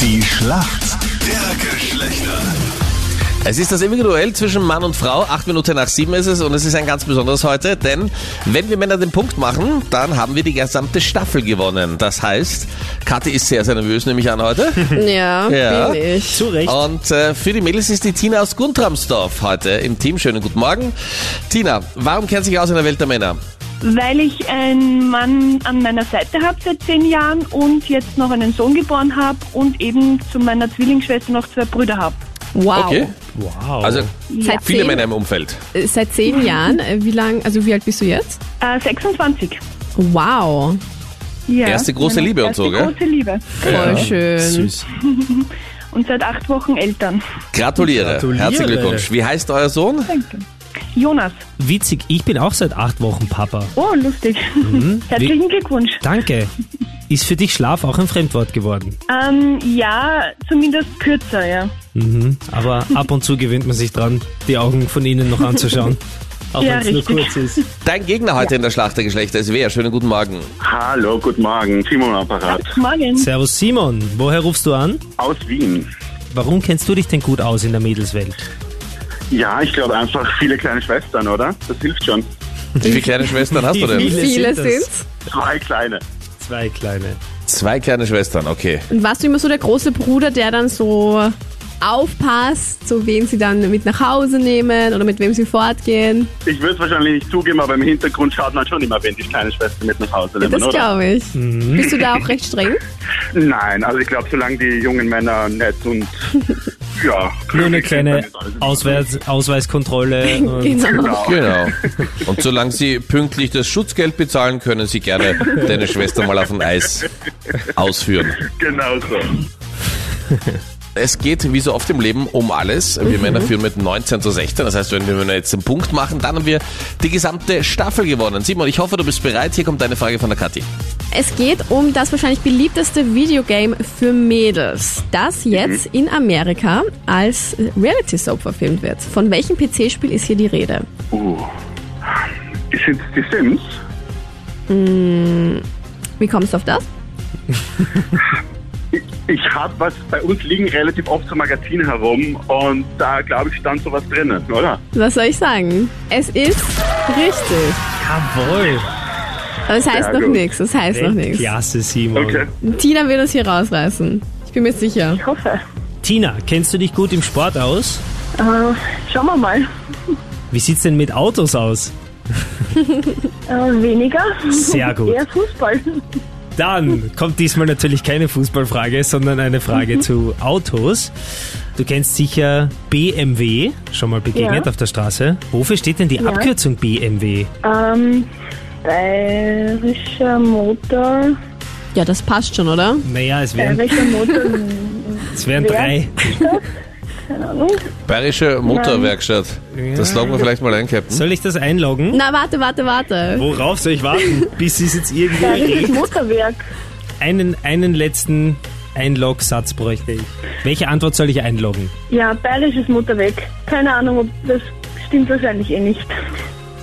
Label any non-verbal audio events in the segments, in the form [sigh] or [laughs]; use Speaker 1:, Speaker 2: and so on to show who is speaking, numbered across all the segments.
Speaker 1: Die Schlacht der Geschlechter.
Speaker 2: Es ist das ewige Duell zwischen Mann und Frau. Acht Minuten nach sieben ist es und es ist ein ganz besonderes heute, denn wenn wir Männer den Punkt machen, dann haben wir die gesamte Staffel gewonnen. Das heißt, Kathi ist sehr, sehr nervös, nehme ich an heute.
Speaker 3: Ja,
Speaker 2: Ja.
Speaker 3: bin ich.
Speaker 4: Zu Recht.
Speaker 2: Und äh, für die Mädels ist die Tina aus Guntramsdorf heute im Team. Schönen guten Morgen. Tina, warum kennt sich aus in der Welt der Männer?
Speaker 5: Weil ich einen Mann an meiner Seite habe seit zehn Jahren und jetzt noch einen Sohn geboren habe und eben zu meiner Zwillingsschwester noch zwei Brüder habe.
Speaker 3: Wow.
Speaker 2: Okay.
Speaker 4: Wow.
Speaker 2: Also
Speaker 3: Seit,
Speaker 2: viele
Speaker 3: zehn,
Speaker 2: Männer im Umfeld.
Speaker 3: äh, seit zehn Jahren. äh, Wie lang, also wie alt bist du jetzt?
Speaker 5: Äh, 26.
Speaker 3: Wow.
Speaker 5: Ja,
Speaker 2: Erste große
Speaker 5: meine
Speaker 2: Liebe und so, gell?
Speaker 5: Erste große Liebe.
Speaker 3: Voll schön.
Speaker 4: süß.
Speaker 5: Und seit acht Wochen Eltern.
Speaker 2: Gratuliere.
Speaker 4: Gratuliere.
Speaker 2: Herzlichen Glückwunsch. Wie heißt euer Sohn?
Speaker 5: Danke. Jonas.
Speaker 4: Witzig, ich bin auch seit acht Wochen Papa.
Speaker 5: Oh, lustig.
Speaker 2: Mhm.
Speaker 5: [laughs] Herzlichen Glückwunsch.
Speaker 4: Danke. Ist für dich Schlaf auch ein Fremdwort geworden?
Speaker 5: Ähm, ja, zumindest kürzer, ja.
Speaker 4: Mhm. Aber ab und zu gewöhnt man sich dran, die Augen von innen
Speaker 5: [laughs]
Speaker 4: noch anzuschauen. Auch
Speaker 5: Ja,
Speaker 4: wenn es nur kurz
Speaker 5: richtig.
Speaker 4: ist.
Speaker 2: Dein Gegner heute in der Schlacht der Geschlechter ist wer? Schönen guten Morgen.
Speaker 6: Hallo, guten Morgen. Simon am Apparat.
Speaker 5: Morgen.
Speaker 4: Servus Simon, woher rufst du an?
Speaker 6: Aus Wien.
Speaker 4: Warum kennst du dich denn gut aus in der Mädelswelt?
Speaker 6: Ja, ich glaube einfach viele kleine Schwestern, oder? Das hilft schon.
Speaker 2: Wie viele kleine Schwestern hast du
Speaker 4: Wie
Speaker 2: denn?
Speaker 4: viele
Speaker 3: Viele
Speaker 4: sind das?
Speaker 3: sind's.
Speaker 6: Zwei kleine.
Speaker 4: Zwei kleine.
Speaker 2: Zwei kleine Schwestern, okay.
Speaker 3: Und warst du immer so der große Bruder, der dann so aufpasst, so wen sie dann mit nach Hause nehmen oder mit wem sie fortgehen?
Speaker 6: Ich würde es wahrscheinlich nicht zugeben, aber im Hintergrund schaut man schon immer, wenn die kleine Schwester mit nach Hause nimmt,
Speaker 3: Das
Speaker 6: oder?
Speaker 3: glaube ich. Bist du da auch recht streng?
Speaker 6: Nein, also ich glaube, solange die jungen Männer nett und ja,
Speaker 4: Nur eine
Speaker 6: glücklich sind, dann
Speaker 4: kleine
Speaker 6: ist alles in Ordnung.
Speaker 4: Ausweis
Speaker 5: [laughs]
Speaker 4: Ausweiskontrolle. Und
Speaker 3: Genau.
Speaker 2: Genau. Und solange Sie pünktlich das Schutzgeld bezahlen, können Sie gerne deine Schwester mal auf ein Eis ausführen.
Speaker 6: Genau so.
Speaker 2: Es geht wie so oft im Leben um alles. Wir Männer führen mit 19 zu 16. Das heißt, wenn wir jetzt einen Punkt machen, dann haben wir die gesamte Staffel gewonnen. Simon, ich hoffe, du bist bereit. Hier kommt deine Frage von der Kathi.
Speaker 3: Es geht um das wahrscheinlich beliebteste Videogame für Mädels, das
Speaker 6: Mhm.
Speaker 3: jetzt in Amerika als Reality Soap verfilmt wird. Von welchem PC-Spiel ist hier die Rede?
Speaker 6: Uh. Ist jetzt die Sims?
Speaker 3: Wie kommst du auf das?
Speaker 6: Ich, ich habe was, bei uns liegen relativ oft so Magazine herum und da glaube ich stand sowas drinnen, oder?
Speaker 3: Was soll ich sagen? Es ist richtig.
Speaker 4: Jawohl.
Speaker 3: Aber es heißt
Speaker 6: Sehr
Speaker 3: noch
Speaker 6: gut.
Speaker 3: nichts. Es heißt noch nichts.
Speaker 4: Klasse, Simon.
Speaker 6: Okay.
Speaker 3: Tina will uns hier rausreißen. Ich bin mir sicher.
Speaker 5: Ich hoffe.
Speaker 4: Tina, kennst du dich gut im Sport aus?
Speaker 5: Äh, schauen wir mal.
Speaker 4: Wie sieht's denn mit Autos aus?
Speaker 5: Äh, weniger.
Speaker 4: Sehr gut.
Speaker 5: Eher Fußball.
Speaker 4: Dann kommt diesmal natürlich keine Fußballfrage, sondern eine Frage zu Autos. Du kennst sicher BMW, schon mal begegnet
Speaker 5: Ja.
Speaker 4: auf der Straße. Wofür steht denn die Abkürzung BMW?
Speaker 5: Ähm, bayerischer Motor.
Speaker 3: Ja, das passt schon, oder?
Speaker 4: Naja, es wären,
Speaker 5: Bayerischer Äh, Motor.
Speaker 4: [laughs] es wären drei.
Speaker 2: Bayerische Motorwerkstatt. Das loggen wir vielleicht mal ein, Captain.
Speaker 4: Soll ich das einloggen?
Speaker 3: Na, warte, warte, warte.
Speaker 4: Worauf soll ich [laughs] warten, bis es jetzt irgendwie
Speaker 5: Bayerisches
Speaker 4: regelt?
Speaker 5: Motorwerk.
Speaker 4: Einen, einen letzten Einlog-Satz bräuchte ich. Welche Antwort soll ich einloggen?
Speaker 5: Ja, bayerisches Motorwerk. Keine Ahnung, ob das stimmt wahrscheinlich eh nicht.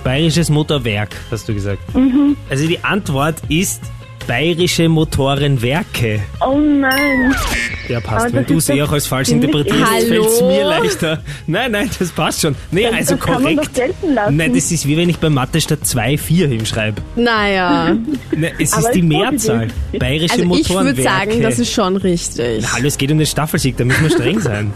Speaker 4: Bayerisches Motorwerk, hast du gesagt. Also die Antwort ist Bayerische Motorenwerke.
Speaker 5: Oh nein.
Speaker 4: Ja,
Speaker 5: Aber
Speaker 4: passt.
Speaker 5: das
Speaker 4: Wenn du
Speaker 5: ist
Speaker 4: sie
Speaker 5: doch
Speaker 4: auch als falsch
Speaker 5: ziemlich
Speaker 4: interpretierst,
Speaker 3: ähnlich.
Speaker 4: fällt es mir
Speaker 3: Hallo?
Speaker 4: leichter. Nein, nein, das passt schon. Nee,
Speaker 5: Das-
Speaker 4: also
Speaker 5: das kann man doch
Speaker 4: korrekt.
Speaker 5: gelten lassen.
Speaker 4: Nein, das ist wie wenn ich bei Mathe statt 2, 4 hinschreibe.
Speaker 3: Naja.
Speaker 4: Nein, es
Speaker 5: Aber
Speaker 4: ist die
Speaker 5: ist positiv.
Speaker 4: Mehrzahl. Bayerische
Speaker 3: Also ich würde
Speaker 4: Motorenwerke.
Speaker 3: sagen, das ist schon richtig.
Speaker 4: Hallo, es geht um den Staffelsieg, da müssen wir streng
Speaker 5: [laughs]
Speaker 4: sein.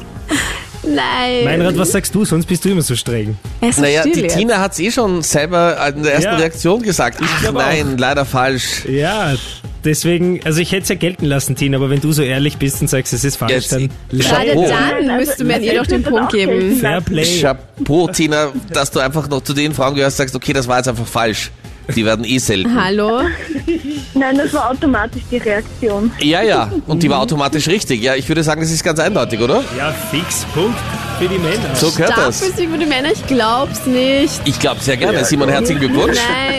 Speaker 3: Nein.
Speaker 4: Meinrad, was sagst du? Sonst bist du immer so streng.
Speaker 3: Es ist
Speaker 2: Naja,
Speaker 3: still
Speaker 2: die
Speaker 3: jetzt.
Speaker 2: Tina hat es eh schon selber in der ersten
Speaker 4: Ja.
Speaker 2: Reaktion gesagt. Ach
Speaker 4: glaub auch.
Speaker 2: nein, leider falsch.
Speaker 4: Ja, deswegen, also ich hätte es ja gelten lassen, Tina, aber wenn du so ehrlich bist und sagst, es ist falsch,
Speaker 2: Jetzt-
Speaker 4: dann
Speaker 3: Gerade
Speaker 2: Chapeau.
Speaker 3: dann müsste man ihr doch den Punkt geben.
Speaker 4: fair play.
Speaker 2: Chapeau, Tina, dass du einfach noch zu den Frauen gehörst, sagst, okay, das war jetzt einfach falsch. Die werden eh selten.
Speaker 3: Hallo?
Speaker 5: Nein, das war automatisch die Reaktion.
Speaker 2: Ja, ja. Und die war automatisch richtig. Ja, ich würde sagen, das ist ganz eindeutig, oder?
Speaker 4: Ja, fix, Punkt für die Männer.
Speaker 2: So gehört das.
Speaker 3: Staffel über die Männer? Ich glaub's
Speaker 2: [laughs]
Speaker 3: nicht.
Speaker 2: Ich glaube sehr gerne. Simon, herzlichen Glückwunsch.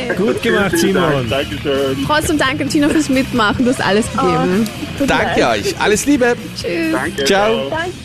Speaker 3: Nein.
Speaker 4: Gut gemacht, Simon.
Speaker 6: Dankeschön.
Speaker 3: Trotzdem danke, Tina, fürs Mitmachen. Du hast alles gegeben.
Speaker 5: Tut mir
Speaker 2: Danke euch. Alles Liebe.
Speaker 3: Tschüss.
Speaker 6: Danke.
Speaker 2: Ciao.
Speaker 5: leid. Danke.